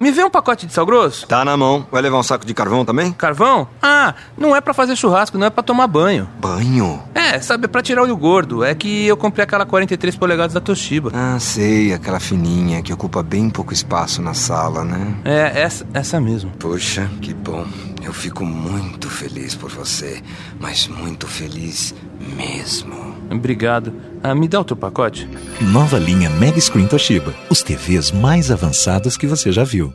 Me vê um pacote de sal grosso? Tá na mão. Vai levar um saco de carvão também? Carvão? Ah, não é pra fazer churrasco, não é pra tomar banho. Banho. É, sabe, é pra tirar olho gordo. É que eu comprei aquela 43 polegadas da Toshiba. Ah, sei, aquela fininha que ocupa bem pouco espaço na sala, né? É, essa, essa mesmo. Poxa, que bom. Eu fico muito feliz por você, mas muito feliz mesmo. Obrigado. Ah, me dá o teu pacote? Nova linha Mega Screen Toshiba. Os TVs mais avançados que você já viu.